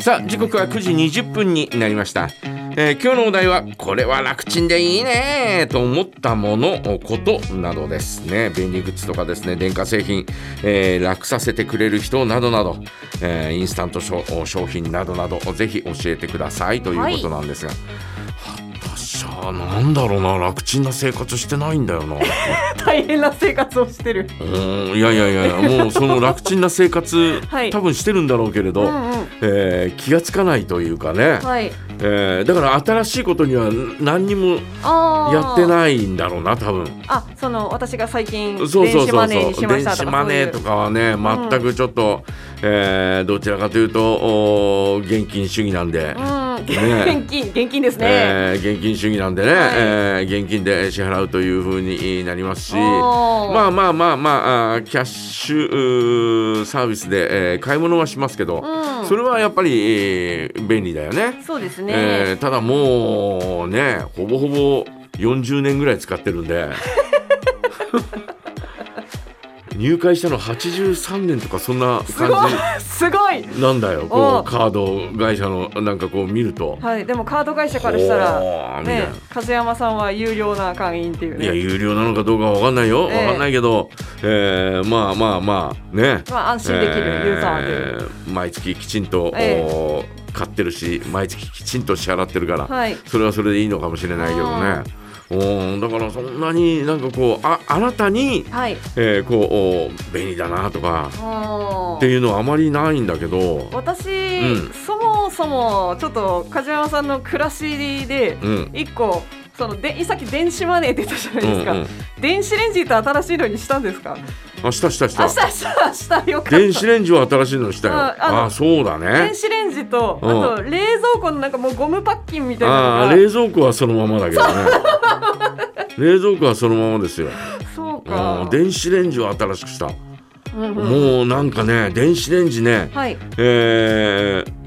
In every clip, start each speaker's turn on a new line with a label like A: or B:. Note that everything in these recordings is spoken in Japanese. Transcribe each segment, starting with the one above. A: さあ時刻は9時20分になりました、えー今日のお題はこれは楽ちんでいいねと思ったものことなどですね便利グッズとかですね電化製品、えー楽させてくれる人などなど、えーインスタント商商品などなどぜひ教えてくださいということなんですが、私はなんだろうな楽ちんな生活してないんだよな。
B: 大変な生活をしてる。
A: うーんいやいやいやもうその楽ちんな生活、
B: はい
A: 多分してるんだろうけれど、
B: うんうん
A: えー気がつかないというかね、
B: はい。
A: えーだから新しいことには何にも
B: ああ。
A: やって
B: い。
A: ないんだろうな多分
B: あ、その私が最近
A: そう
B: 電
A: そうそう
B: 子
A: そ
B: マ
A: う
B: ネーにしまし
A: 電
B: たと
A: 子
B: か。
A: マネーと
B: か。
A: かはね
B: ん
A: 全くちょっと、えーどちらかというとおー現金主義なんで。
B: うん、
A: ね
B: 現金、現金ですね。
A: えー現金主義なんでね、
B: はい
A: えー現金で支払うというふうになりますし
B: おー
A: まあまあまあまああーキャッシュうーサービスで、えー買い物はしますけど、
B: うん
A: それはやっぱり、えー便利だよね。
B: そうです
A: え
B: ね。
A: ーただもうねほぼほぼ40年ぐらい使ってるん で入会したの83年とかそんな
B: すご
A: 感
B: い、すごい。
A: じなんだよ
B: お
A: こ
B: う
A: うカード会社のなんかこう見ると。
B: はい、でもカード会社からしたら。
A: おーみたい
B: ね
A: な、
B: 風山さんは有料な会員っていう
A: いや
B: ね。
A: 有料なのかどうかは分かんないよ
B: ええ
A: 分かんないけど、えーまあまあまあね
B: まあ安心できるユーザーで
A: ー毎月きちんと、
B: ええ
A: おー買ってるし毎月きちんと支払ってるから、
B: はい。
A: それはそれでいいのかもしれないけどね
B: あ
A: おーだからそんなになんかこうあ新たに、
B: はい。
A: えーこうおー便利だなとか
B: お
A: っ
B: ー
A: ていうのはあまりないんだけど、
B: 私、
A: うん
B: そもそもちょっと梶山さんの暮らしで
A: うん、
B: 一個そのでさっき電子マネーって言ったじゃないですか、
A: うんうん
B: 電子レンジって新しいのにしたんですか
A: あしたしたし
B: 明
A: た
B: 日明日明日よかった
A: 電子レンジは新しいのしたよ
B: ああの
A: あそうだね
B: 電子レンジとあ
A: うん
B: と冷蔵庫のなんかもうゴムパッキンみたいな
A: あ
B: の
A: あ
B: が
A: 冷蔵庫はそのままだけどね 冷蔵庫はそのままですよ、
B: そう
A: う
B: か
A: ん、電子レンジを新しくした、
B: うんうん
A: もうなんかね電子レンジね
B: はい
A: えー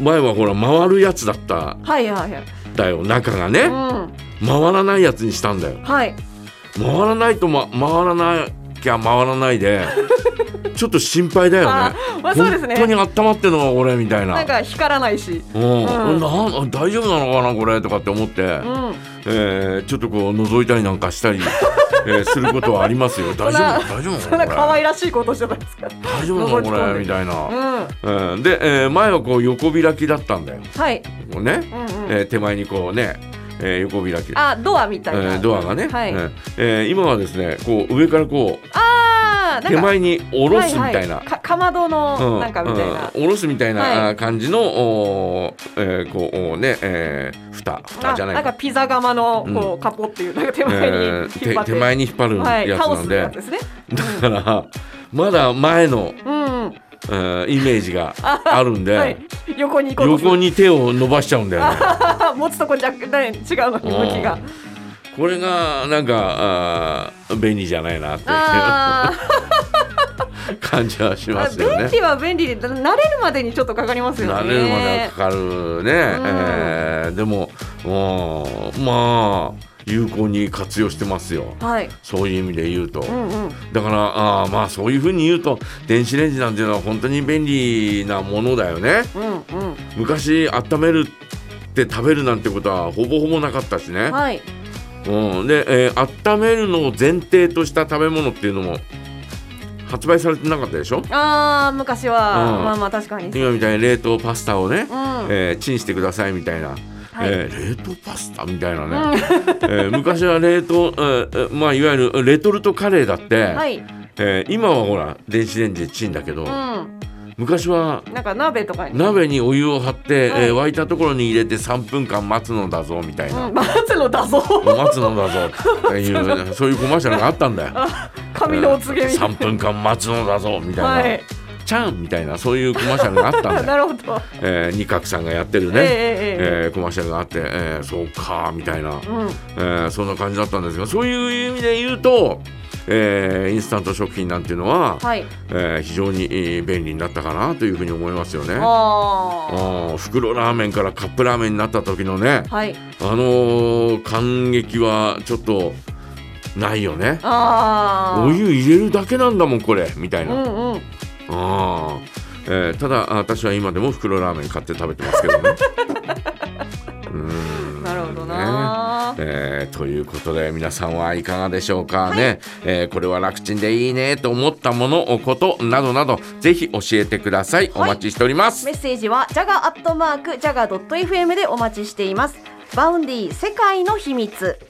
A: 前はほら回るやつだったん
B: はいはいはい
A: だよ中がね、
B: うん
A: 回らないやつにしたんだよ
B: はい
A: 回らないと、ま、回らなきゃ回らない でちょっと心配だよ
B: あ
A: ね
B: まあそうですね
A: 本当に温まってんのかこれみたいな
B: なんか光らないし
A: うん
B: うん
A: なん大丈夫なのかなこれとかって思って、
B: うん
A: えーちょっとこう覗いたりなんか したり、えーすることはありますよ。大丈夫大丈夫
B: そんな可
A: これ
B: 愛らしいことしてたんですか
A: 大丈夫なの
B: 覗き込
A: こ
B: んで
A: れみたいな。
B: うん
A: うん、で、えー前はこう横開きだったんだよ。
B: はい
A: こうね、
B: うんうん
A: えー手前にこうね、えー横開き。
B: あドアみたいな、
A: えードアがね、
B: はい、
A: うんえー今はですねこう上からこう
B: ああ
A: 手前に下ろすみたいな、
B: かかまど
A: う
B: の
A: ん
B: なんかみたいな、
A: うん下ろすみたい
B: は
A: な感じの、おーえーこうおーね、えー蓋蓋
B: あ
A: じゃない
B: なんかピザ窯のこう、カポっていうなんか手
A: え
B: 前に引っ
A: ー
B: 張
A: 手
B: って、
A: 手前に引っ張る
B: はい
A: やつ
B: 倒
A: な
B: す
A: んで、
B: やつですね
A: だからまだ前の、
B: うん、
A: えーイメージがあるんで、
B: はい横に行こうとする
A: 横に手を伸ばしちゃうんだよね。
B: 持つとこ若干違うのに向きが
A: うんこれがなんかあー便利じゃないなって
B: あ
A: いう感じはし
B: ー、
A: ますよ
B: 便
A: ね。
B: 利は便利で慣れるまでにちょっとかかりますよね
A: 慣れるまではかかるね、えーでもうんまあ有効に活用してますよ
B: はい
A: そういう意味で言うと。
B: うんうん
A: だからあーまあそういうふうに言うと電子レンジなんていうのは本当に便利なものだよね。
B: うん
A: 昔温めるって食べるなんてことはほぼほぼなかったし
B: う
A: ね、
B: んはい
A: うん、で、えー温めるのを前提とした食べ物っていうのも発売されてなかったでしょ
B: あー昔は、
A: うん
B: まあまあ確かにうん
A: 今みたいに冷凍パスタをね、
B: は
A: えーチンしてくださいみたいな、
B: い、
A: えー冷凍パスタみたいなね、えー昔は冷凍、えーえーまあ、いわゆるレトルトカレーだって、
B: うんはい
A: えー今はほら電子レンジでチンだけど、
B: うん
A: 昔は
B: なんか鍋とかに。
A: 鍋にお湯を張って、
B: はい
A: えー沸いたところに入れて3分間待つのだぞみたいな。
B: うん、 松のだぞ。
A: 待つのだぞっていう そういうコマーシャルがあったんだよ。
B: 神のお告げみたい
A: 3分間待つのだぞみた
B: な。
A: いな、
B: はい。
A: ちゃんみたいなそういうコマーシャルがあったんだよ。
B: なるほど。
A: えー、二角さんがやってる
B: ええ
A: ね、え
B: えええ
A: ーコマーシャルがあって、えーそうかみたいな、
B: えうん。
A: えーそんな感じだったんですがそういう意味で言うと、えーインスタント食品なんていうのは、
B: はい。
A: えー非常にえー便利になったかなというふうに思いますよね。
B: あ
A: あー袋ラーメンからカップラーメンになった時のね
B: あ。はい。
A: あのー感激はちょっとないよね
B: ああ。
A: お湯入れるだけなんだもんこれみたいな、
B: うん
A: あ
B: うん。
A: あえーただ私は今でも袋ラーメン買って食べてますけどね。うーん
C: なるほどな
A: えーということで皆さんはいかがでしょうかね、えーこれは楽ちんでいいねと思ったものことなどなどぜひ教えてくださいお待ちしております、
B: メッセージはジャガアットマークジャガ .fm でお待ちしています。バウンディ世界の秘密